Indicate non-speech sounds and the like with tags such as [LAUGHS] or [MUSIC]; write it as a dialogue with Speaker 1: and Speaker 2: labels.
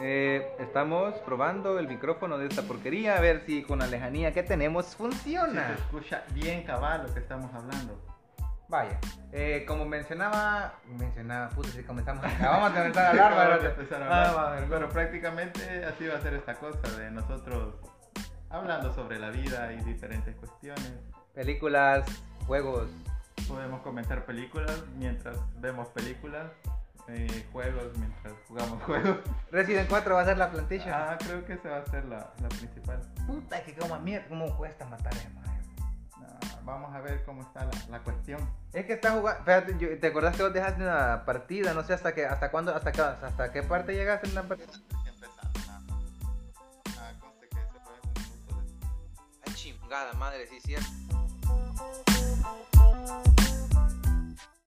Speaker 1: Eh, estamos probando el micrófono de esta porquería a ver si con la lejanía que tenemos
Speaker 2: Si se
Speaker 1: funciona.
Speaker 2: escucha bien cabal lo que estamos hablando.
Speaker 1: Vaya, eh, como mencionaba, mencionaba, puta, si comenzamos, [LAUGHS] acabamos de empezar a hablar,
Speaker 2: Acabamos de
Speaker 1: ¿verdad?
Speaker 2: empezar a hablar.
Speaker 1: Ah, vale,
Speaker 2: Pero prácticamente así va a ser esta cosa de nosotros hablando sobre la vida y diferentes cuestiones.
Speaker 1: Películas, juegos,
Speaker 2: Podemos comentar películas mientras vemos películas, eh, juegos mientras jugamos [LAUGHS] juegos.
Speaker 1: Resident 4 va a ser la plantilla.
Speaker 2: Ah, creo que esa va a ser la, la principal.
Speaker 1: Puta, que como mierda, cómo cuesta matar a ese maje.
Speaker 2: Ah, vamos a ver cómo está la, la cuestión.
Speaker 1: Es que está jugando, espérate, yo- ¿te acordás que vos dejaste una partida? No sé hasta qué, hasta cuándo, hasta, acá- hasta qué parte llegaste en la partida.
Speaker 3: La chingada madre, sí, cierto.